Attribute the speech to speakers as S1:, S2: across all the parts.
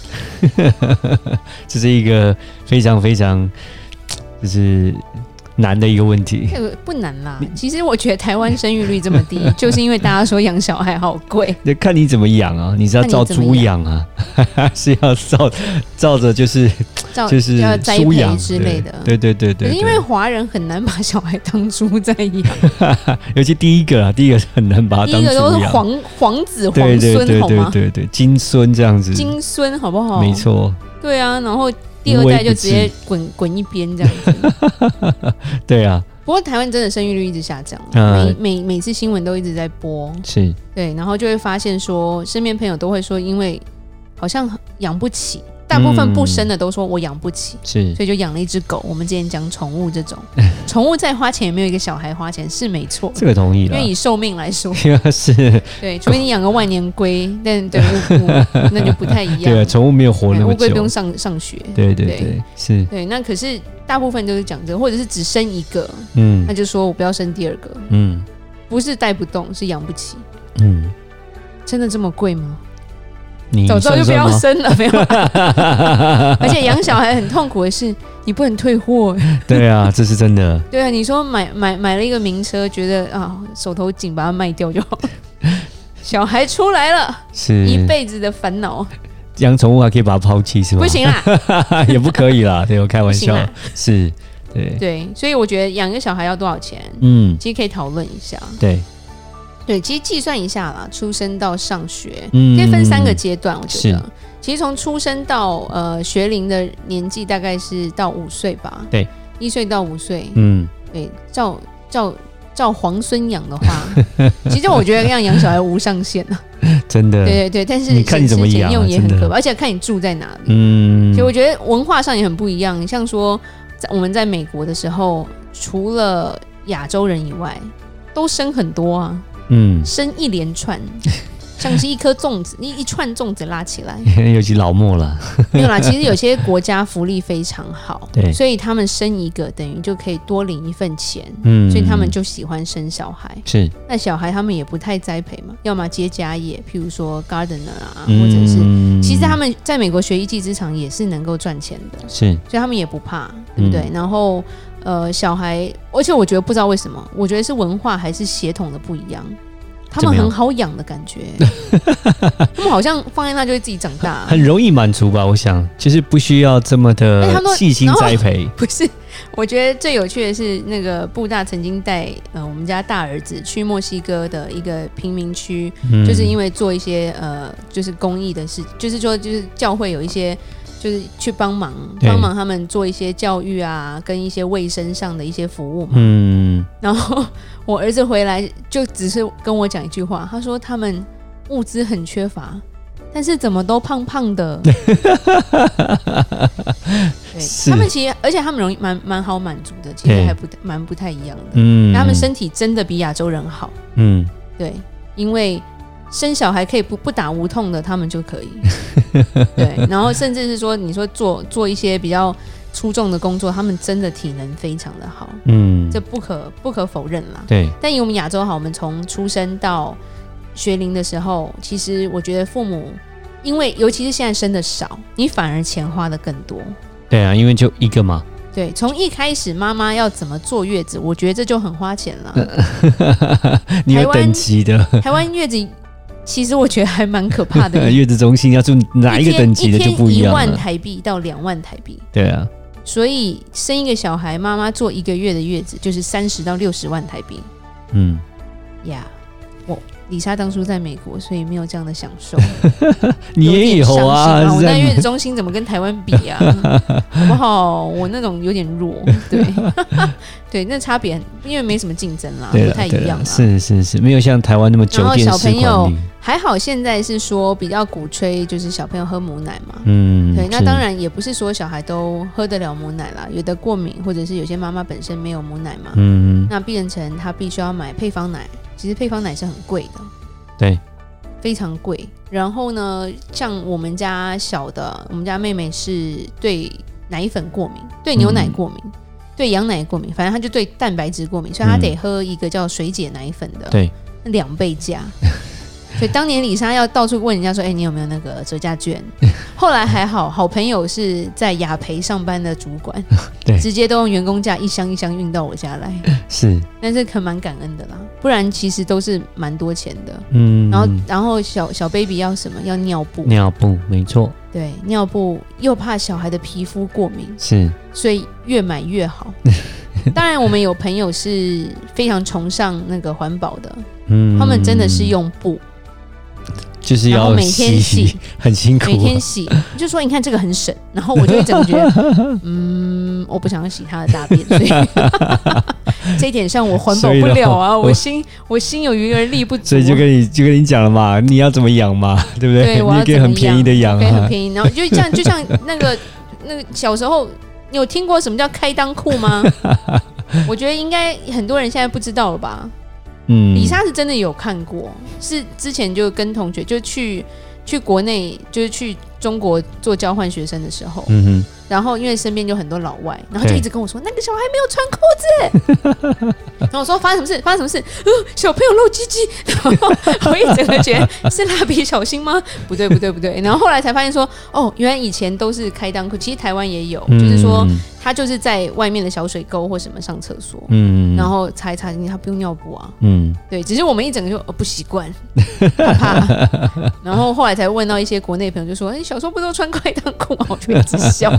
S1: 这是一个非常非常就是难的一个问题。
S2: 呃不难啦。其实我觉得台湾生育率这 么低，就是因为大家说养小孩好贵。
S1: 那看你怎么养啊，你是要
S2: 看你
S1: 照
S2: 怎么
S1: 猪养啊， 还是要照照着就是
S2: 照
S1: 就是
S2: 哦要栽
S1: 猪
S2: 培
S1: 养
S2: 之类的。
S1: 对对对对对，
S2: 可是因为华人很难把小孩当猪在养，
S1: 尤其第一个啊，第一个是很难把它
S2: 第
S1: 当
S2: 一个都
S1: 猪
S2: 是
S1: 养，
S2: 皇皇子皇
S1: 对对
S2: 孙
S1: 对
S2: 好
S1: 对
S2: 吗？
S1: 对对，金孙这样子，
S2: 金孙好不好？
S1: 没错，
S2: 对啊，然后第二
S1: 无微
S2: 代就
S1: 不
S2: 直接
S1: 至
S2: 滚滚一边这样子。
S1: 对啊，
S2: 不过台湾真的生育率一直下降，啊
S1: 嗯
S2: 每每每次新闻都一直在播，
S1: 是
S2: 对，然后就会发现说，身边朋友都会说，因为好像养不起，大部分不生的都说我养不起，
S1: 是，
S2: 所以就养了一只狗。我们之前讲宠 物这种，宠物再花钱也没有一个小孩花钱是没错，
S1: 这个同意
S2: 因
S1: 了
S2: 为，以寿命来说，
S1: 因为 是
S2: 对，除非你养个万年龟，但对乌龟那就不太一样
S1: 对啊，。宠物没有活那
S2: 对
S1: 么
S2: 乌龟哎不
S1: 久
S2: 用，上上学，
S1: 对对
S2: 对
S1: 对，是，
S2: 对，那可是大部分都是讲这个，或者是只生一个，
S1: 嗯
S2: 那就说我不要生第二个，
S1: 嗯
S2: 不是带不动，是养不起。
S1: 嗯，
S2: 真的这么贵吗？
S1: 你
S2: 早知道就不要
S1: 算
S2: 生了，没有。
S1: 算吗，
S2: 而且养小孩很痛苦的是，你不能退货。
S1: 对啊，这是真的，
S2: 对啊，你说买买买了一个名车，觉得啊手头紧，把它卖 掉就好了。小孩出来了，
S1: 是
S2: 一辈子的烦恼，
S1: 养宠物还可以把它抛弃是吗？
S2: 不，行啊啦，
S1: 也不可以 啦，对我开玩
S2: 不行啊
S1: 笑
S2: 啦，。
S1: 是，对，
S2: 对，所以我觉得养一个小孩要多少钱，
S1: 嗯，
S2: 其实可以讨论一下。
S1: 对，
S2: 对，其实计算一下啦，出生到上学，
S1: 嗯
S2: 可以分三个阶段，我觉
S1: 是
S2: 得。其实从出生到呃学龄的年纪大概是到五岁吧，
S1: 对，
S2: 一岁到五岁，
S1: 嗯，
S2: 对，照照照皇孙养的话， 其实我觉得这样养小孩无上限 啊，
S1: 真的，
S2: 对对对，但是
S1: 你看你怎么
S2: 省吃俭
S1: 养啊
S2: 用也很
S1: 真的
S2: 可怕，而且看你住在哪里，
S1: 嗯
S2: 其实我觉得文化上也很不一样，像说在我们在美国的时候，除了亚洲人以外，都生很多啊，
S1: 嗯，
S2: 生一连串，像是一颗粽子，一一串粽子拉起来。
S1: 尤其老莫了，
S2: 没有啦，其实有些国家福利非常 好，
S1: 对
S2: 所以他们生一个等于就可以多领一份钱，
S1: 嗯，
S2: 所以他们就喜欢生小孩。
S1: 是，
S2: 那小孩他们也不太栽培嘛，要么接家业，譬如说 gardener 啊，
S1: 嗯
S2: 或者是。其实他们在美国学一技之长也是能够赚钱的，
S1: 是，
S2: 所以他们也不怕，对不对？
S1: 嗯
S2: 然后，呃，小孩，而且我觉得不知道为什么，我觉得是文化还是血统的不一样，他
S1: 怎么
S2: 们
S1: 样
S2: 很好养的感觉，他们好像放在那就会自己长大，啊
S1: 很容易满足吧？我想，就是不需要这么的
S2: 哎他们
S1: 细心栽培，
S2: 不是，我觉得最有趣的是，那个布大曾经带呃我们家大儿子去墨西哥的一个贫民区，
S1: 嗯
S2: 就是因为做一些呃就是公益的事，就是说就是教会有一些就是去帮忙
S1: 对
S2: 帮忙他们做一些教育啊，跟一些卫生上的一些服务嘛。
S1: 嗯，
S2: 然后我儿子回来就只是跟我讲一句话，他说他们物资很缺乏。但是怎么都胖 胖的，
S1: 是
S2: 对，他们其实，而且他们容易蛮蛮好满足的，其实
S1: 对
S2: 还不蛮不太一样的。
S1: 嗯，
S2: 他们身体真的比亚洲人好，
S1: 嗯，
S2: 对，因为生小孩可以不不打无痛的，他们 就可以，对，然后甚至是说，你说做做一些比较出众的工作，他们真的体能非常的好，
S1: 嗯
S2: 这
S1: 嗯，
S2: 不可不可否认啦。
S1: 对，
S2: 但以我们亚洲好，我们从出生到学龄的时候，其实我觉得父母，因为尤其是现在生的少，你反而钱花的更多。
S1: 对啊，因为就一个嘛，
S2: 对，从一开始妈妈要怎么坐月子，我觉得这就很花钱了。
S1: 你有
S2: 台湾
S1: 等级的
S2: 台湾月子其实我觉得还蛮可 怕的，
S1: 月子中心要住哪一个
S2: 天
S1: 等级的就不
S2: 啊一
S1: 样
S2: 天一万
S1: 了，
S2: 台币到两万台币，
S1: 对啊，
S2: 所以生一个小孩，妈妈坐一个月的月子就是三十到六十万台币
S1: 嗯，
S2: 呀。我李莎当初在美国，所以没有这样的享受。
S1: 你也
S2: 点伤
S1: 有
S2: 心
S1: 啊，
S2: 我
S1: 是
S2: 在
S1: 在
S2: 月子中心怎么跟台湾比 啊？好不好？我那种有点弱， 对对，那差别很因为没什么竞争啦，
S1: 对
S2: 不
S1: 了
S2: 太一
S1: 对了，
S2: 样啊啦。
S1: 是是是，没有像台湾那么酒店
S2: 然后
S1: 式
S2: 小朋友
S1: 管理，
S2: 还好现在是说比较鼓吹就是小朋友喝母奶嘛。
S1: 嗯，
S2: 对，那
S1: 是
S2: 当然也不是说小孩都喝得了母奶啦，有的过敏，或者是有些妈妈本身没有母奶嘛，
S1: 嗯，
S2: 那变成她必须要买配方奶。其实配方奶是很贵的，
S1: 对，
S2: 非常贵。然后呢，像我们家小的，我们家妹妹是对奶粉过敏，对牛
S1: 嗯
S2: 奶过敏，对羊奶过敏，反正她就对蛋白质过敏，所以她
S1: 嗯
S2: 得喝一个叫水解奶粉的，
S1: 对，，
S2: 两倍价。所以当年李莎要到处问人家说：“哎、你有没有那个折价券？”后来还好，好朋友是在雅培上班的主管
S1: 对
S2: 直接都用员工价一箱一箱运到我家来，
S1: 是，
S2: 但是可蛮感恩的啦，不然其实都是蛮多钱的。
S1: 嗯，
S2: 然后，然后小小 baby 要什么？要尿布，
S1: 尿布没错，
S2: 对，尿布又怕小孩的皮肤过敏，
S1: 是，
S2: 所以越买 越好。当然，我们有朋友是非常崇尚那个环保的，
S1: 嗯，
S2: 他们真的是用 布，
S1: 就是
S2: 然后
S1: 要
S2: 每天洗，
S1: 很辛苦
S2: 每
S1: 啊，
S2: 天洗，就说你看这个很省，然后我就会整个觉得， 嗯，我不想要洗他的大便，所以这一点上我环保
S1: 所以
S2: 不
S1: 呢
S2: 了啊，
S1: 我
S2: 我心我心有余而力不足啊，
S1: 所以就跟你就跟你讲了嘛，你要怎么养嘛， 对不
S2: 对我
S1: 你也
S2: 要
S1: 可以
S2: 怎么
S1: 很便宜的养
S2: 可以很
S1: 啊，
S2: 便宜，然后就这样，就像那个那个小时候，你有听过什么叫开裆裤吗？ 我觉得应该很多人现在不知道了吧？
S1: 嗯，
S2: 李莎是真的有看过，是之前就跟同学就去去国内，就是去中国做交换学生的时候，
S1: 嗯
S2: 然后因为身边就很多老外，然后就
S1: 对
S2: 一直跟我说那个小孩没有穿 裤子，然后我说发生什么事？发生什么事？ 呃，小朋友露鸡鸡，然后我一整个觉得是蜡笔小新吗？ 不对不对不对，然后后来才发现说哦，原来以前都是开裆裤，其实台湾也有，
S1: 哼，
S2: 就是说
S1: 嗯
S2: 他就是在外面的小水沟或什么上厕所，
S1: 嗯，
S2: 然后擦一擦，因为他不用尿布啊，
S1: 嗯，
S2: 对，只是我们一整个就、呃、不习惯，怕怕。然后后来才问到一些国内朋友，就说：“哎、小时候不都穿快裆裤吗？”我就一直笑。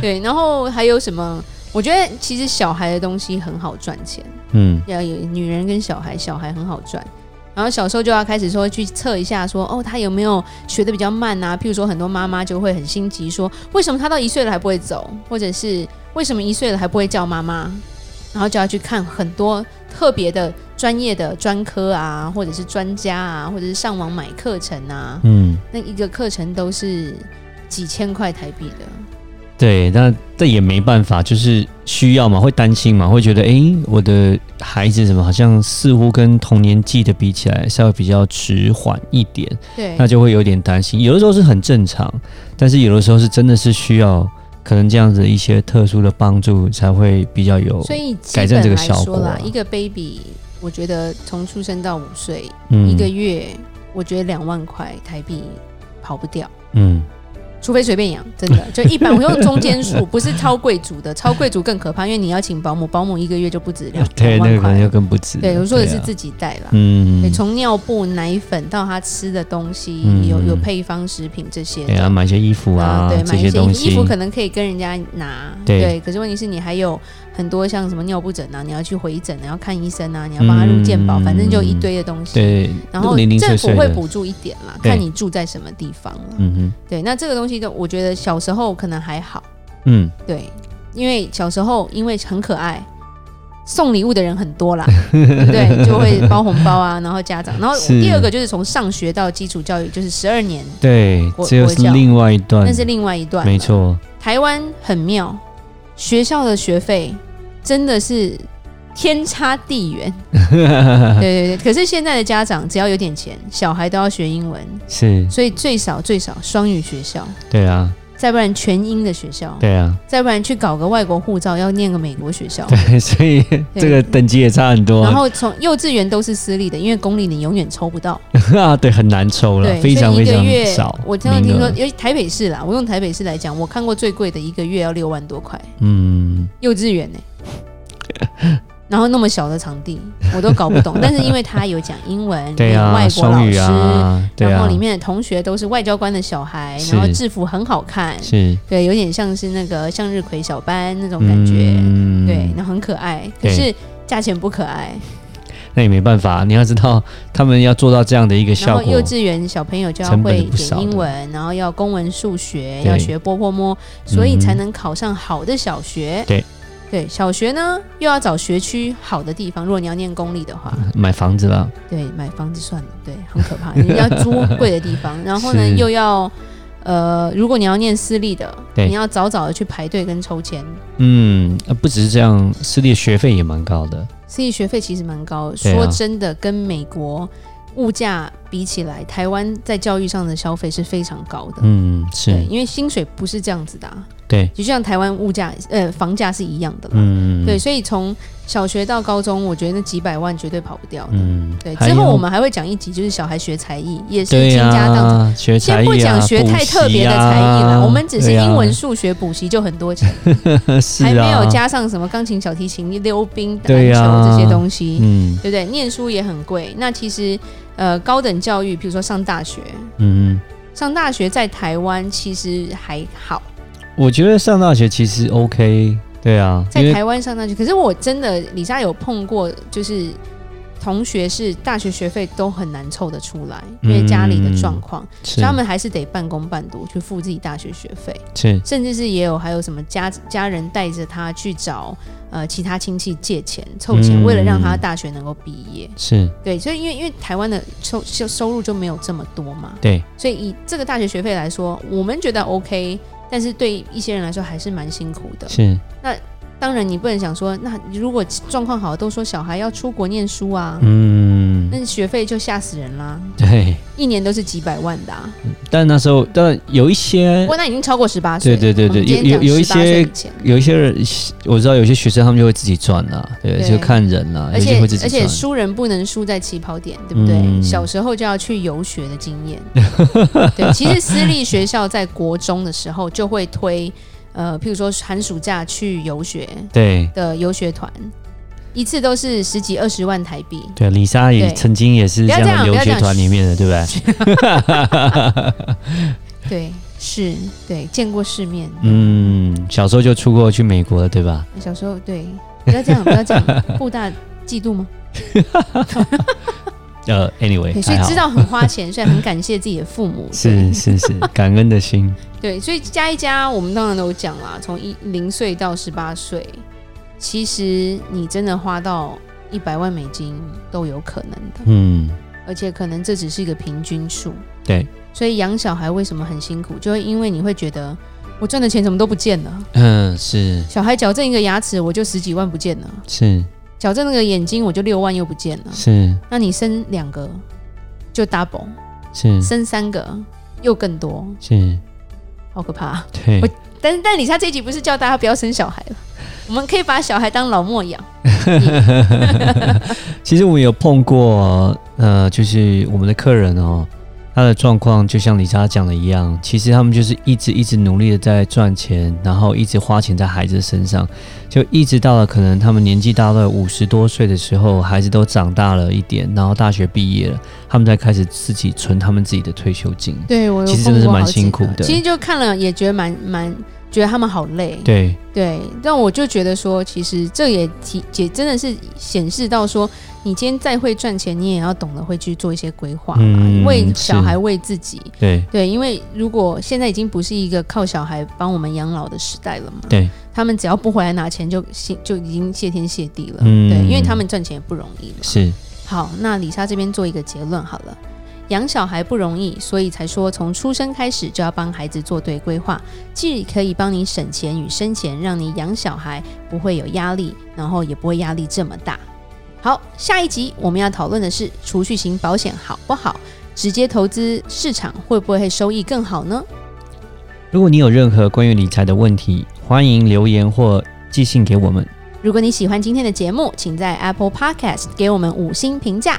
S2: 对，然后还有什么？我觉得其实小孩的东西很好赚钱，
S1: 嗯
S2: 要有女人跟小孩，小孩很好赚。然后小时候就要开始说去测一下说，哦他有没有学的比较慢啊？譬如说很多妈妈就会很心急说，为什么他到一岁了还不会走，或者是为什么一岁了还不会叫妈妈？然后就要去看很多特别的专业的专科啊，或者是专家啊，或者是上网买课程啊，
S1: 嗯，
S2: 那一个课程都是几千块台币的。
S1: 对，那这也没办法，就是需要嘛，会担心嘛，会觉得诶，我的孩子怎么好像似乎跟同年纪的比起来稍微比较迟缓一点，
S2: 对
S1: 那，就会有点担心。有的时候是很正常，但是有的时候是真的是需要可能这样子一些特殊的帮助才会比较有，
S2: 所以基
S1: 改善这
S2: 本
S1: 个
S2: 来
S1: 效
S2: 说
S1: 果啊，
S2: 啦一个 baby，我觉得从出生到五岁，
S1: 嗯
S2: 一个月，我觉得两万块台币跑不掉，
S1: 嗯
S2: 除非随便养，真的就一般。我用中间数，不是超贵族的，超贵族更可怕，因为你要请保姆，保姆一个月就不止两
S1: 对
S2: 两
S1: 那
S2: 万
S1: 个可能
S2: 块
S1: 就。更不值。
S2: 对，我说的是
S1: 啊
S2: 自己带啦。对，
S1: 嗯，
S2: 从尿布、奶粉到他吃的东西，
S1: 嗯
S2: 有有
S1: 嗯
S2: 配方食品这些
S1: 对啊，买些衣服啊，
S2: 对，
S1: 这
S2: 买一些衣
S1: 东
S2: 服，
S1: 西，
S2: 衣服可能可以跟人家拿，
S1: 对
S2: 可是问题是你还有很多像什么尿布疹啊，你要去回诊啊，要看医生啊，你要帮他入健保，
S1: 嗯
S2: 反正就一堆的东西。
S1: 对，
S2: 然后
S1: 零零碎
S2: 政府
S1: 碎
S2: 会
S1: 的，
S2: 补助一点啦，
S1: 对
S2: 看你住在什么地方啦。
S1: 嗯
S2: 对，那这个东西的，我觉得小时候可能还好，
S1: 哼，嗯，
S2: 对，因为小时候因为很可爱，送礼物的人很多 啦，对不对？就会包红包啊，然后家长，然后
S1: 是
S2: 第二个就是从上学到基础教育，就是十二年，
S1: 对，
S2: 国
S1: 这又是
S2: 国教
S1: 另外一段，
S2: 那是另外一段，
S1: 嗯没。错，
S2: 台湾很妙，学校的学费真的是天差地 远。对对对，可是现在的家长只要有点钱，小孩都要学英文，
S1: 是，
S2: 所以最少最少双语学校，
S1: 对啊，
S2: 再不然全英的学校，
S1: 对啊，
S2: 再不然去搞个外国护照，要念个美国学校。
S1: 对， 所以
S2: 哦对
S1: 这个等级也差很多
S2: 然
S1: 啊，
S2: 后从幼稚园都是私立的，因为公立你永远抽不到，
S1: 啊，对，很难抽了，
S2: 对，
S1: 非常
S2: 所以
S1: 非
S2: 一个
S1: 常
S2: 月
S1: 少，
S2: 我经常听
S1: 名
S2: 说，
S1: 额
S2: 尤其台北市啦，我用台北市来讲，我看过最贵的一个月要六万多块。
S1: 嗯，
S2: 幼稚 园呢、然后那么小的场地，我都搞不 懂。但是因为他有讲英文，
S1: 对
S2: 有
S1: 啊，
S2: 外国老
S1: 双语
S2: 师，
S1: 啊，对
S2: 然后
S1: 啊
S2: 里，面的同学都是外交官的小孩，
S1: 是
S2: 然后制服很好看，
S1: 是
S2: 对，有点像是那个向日葵小班那种感觉，
S1: 嗯
S2: 对，那很可爱。可
S1: 对
S2: 是价钱不可爱，
S1: 那也没办法。你要知道，他们要做到这样的一个
S2: 然
S1: 效
S2: 后
S1: 果，
S2: 幼稚园小朋友就要
S1: 成本
S2: 会
S1: 是不少
S2: 点
S1: 的
S2: 英文，然后要公文、数学，
S1: 对
S2: 要学波波摸，所
S1: 嗯
S2: 以
S1: 哼
S2: 才能考上好的小学。
S1: 对
S2: 对，小学呢又要找学区好的地方。如果你要念公立的话，
S1: 买房子了，
S2: 对，买房子算了，对，很可怕，你要租贵的地方，然后呢
S1: 是
S2: 又要。呃，如果你要念私立的，
S1: 对
S2: 你要早早的去排队跟抽签。
S1: 嗯，呃不只是这样，私立的学费也蛮高的，
S2: 私立学费其实蛮高的，
S1: 对啊
S2: 说真的，跟美国物价比起来，台湾在教育上的消费是非常高的。
S1: 嗯，
S2: 对，
S1: 是
S2: 因为薪水不是这样子的、啊，
S1: 对，
S2: 就像台湾物价呃房价是一样的嘛。
S1: 嗯，
S2: 对，，所以从小学到高中，我觉得那几百万绝对跑不掉的。
S1: 嗯，
S2: 对，
S1: 还
S2: 之后
S1: 有
S2: 我们还会讲一集，就是小孩学才艺，也是
S1: 对啊
S2: 倾
S1: 呀、
S2: 家荡产。
S1: 学才
S2: 先
S1: 艺
S2: 不
S1: 啊，
S2: 讲学太特别的才艺啦，
S1: 了，
S2: 我们只是
S1: 对啊
S2: 英文、、数学补习就很多钱，
S1: 是啊、
S2: 还没有加上什么钢琴、小提琴、溜冰、篮
S1: 对啊
S2: 球这些东西，
S1: 嗯
S2: 对不对？念书也很贵。那其实，呃，高等教育，比如说上大学，
S1: 嗯，
S2: 上大学在台湾其实还好，
S1: 我觉得上大学其实 OK，对啊，因
S2: 在
S1: 为
S2: 台湾上大学，可是我真的李莎有碰过，就是同学是大学学费都很难凑得出来，
S1: 嗯
S2: 因为家里的状况，
S1: 是
S2: 所以他们还是得半工半读去付自己大学学费，
S1: 是
S2: 甚至是也有还有什么家家人带着他去找呃其他亲戚借钱凑钱，
S1: 嗯
S2: 为了让他大学能够毕业。
S1: 是，
S2: 对，所以因为因为台湾的收收收入就没有这么多嘛，
S1: 对，
S2: 所以以这个大学学费来说，我们觉得 OK，但是对一些人来说还是蛮辛苦的。
S1: 是，
S2: 当然，你不能想说，那如果状况好，都说小孩要出国念书啊，
S1: 嗯，
S2: 那学费就吓死人啦，
S1: 对。
S2: 一年都是几百万的、啊。
S1: 但那时候，当然有一些
S2: 不过那已经超过十八岁了，
S1: 对对对对
S2: 我们今天讲
S1: 有有有一些
S2: 18岁以前
S1: 有一些人，我知道有些学生他们就会自己赚啦、对，
S2: 对
S1: 就看人啦、
S2: 而
S1: 有
S2: 且
S1: 些会自
S2: 而
S1: 己
S2: 且
S1: 赚。
S2: 输人不能输在起跑点，对不对？
S1: 嗯
S2: 小时候就要去游学的经 验。对，其实私立学校在国中的时候就会推，呃，譬如说寒暑假去游学
S1: 对
S2: 的游学团，一次都是十几二十万台币。
S1: 对，李莎也
S2: 对
S1: 曾经也是
S2: 不
S1: 这
S2: 要
S1: 样
S2: 这
S1: 的
S2: 样
S1: 留
S2: 不要
S1: 学
S2: 这样
S1: 团里面的，对不 对？
S2: 对，是，对，见过世面。
S1: 嗯，小时候就出国去美国了，对吧？
S2: 小时候对，不要这样，不要这样， 布大嫉妒吗？
S1: 呃，anyway，
S2: 对，所以
S1: 还好
S2: 知道很花钱，所以很感谢自己的父母。对
S1: 是是 是，感恩的心，
S2: 对，所以加一加，我们当然都有讲啦，从一零岁到十八岁，其实你真的花到一百万美金都有可能的，
S1: 嗯，
S2: 而且可能这只是一个平均数。
S1: 对，
S2: 所以养小孩为什么很辛苦，就会因为你会觉得我赚的钱怎么都不见了，
S1: 嗯，是
S2: 小孩矫正一个牙齿我就十几万不见了，
S1: 是
S2: 矫正那个眼睛我就六万又不见了，
S1: 是
S2: 那你生两个就 double，
S1: 是
S2: 生三个又更多，
S1: 是，
S2: 好可怕啊、
S1: 对
S2: 我，但但李莎这一集不是叫大家不要生小孩了，我们可以把小孩当老莫养。
S1: 其实我有碰过，呃，就是我们的客人哦，他的状况就像李莎讲的一样，其实他们就是一直一直努力的在赚钱，然后一直花钱在孩子身上，就一直到了可能他们年纪大到五十多岁的时候，孩子都长大了一点，然后大学毕业了，他们才开始自己存他们自己的退休金。
S2: 对我有
S1: 其实真的是蛮辛苦的
S2: 其实就看了也觉得蛮蛮觉得他们好累。
S1: 对，
S2: 对，但我就觉得说，其实这也体也真的是显示到说，你今天再会赚钱，你也要懂得会去做一些规划嘛，
S1: 嗯
S2: 为
S1: 是
S2: 小孩为自己。
S1: 对，
S2: 对，因为如果现在已经不是一个靠小孩帮我们养老的时代了嘛，
S1: 对，
S2: 他们只要不回来拿钱就谢就已经谢天谢地了，
S1: 嗯
S2: 对，因为他们赚钱也不容易了。
S1: 是，
S2: 好，那李莎这边做一个结论好了。养小孩不容易，所以才说从出生开始就要帮孩子做对规划，既可以帮你省钱与生钱，让你养小孩不会有压力，然后也不会压力这么大。好，下一集我们要讨论的是储蓄型保险好不好？直接投资市场会不会收益更好呢？
S1: 如果你有任何关于理财的问题，欢迎留言或寄信给我们，
S2: 如果你喜欢今天的节目，请在 Apple Podcast 给我们五星评价。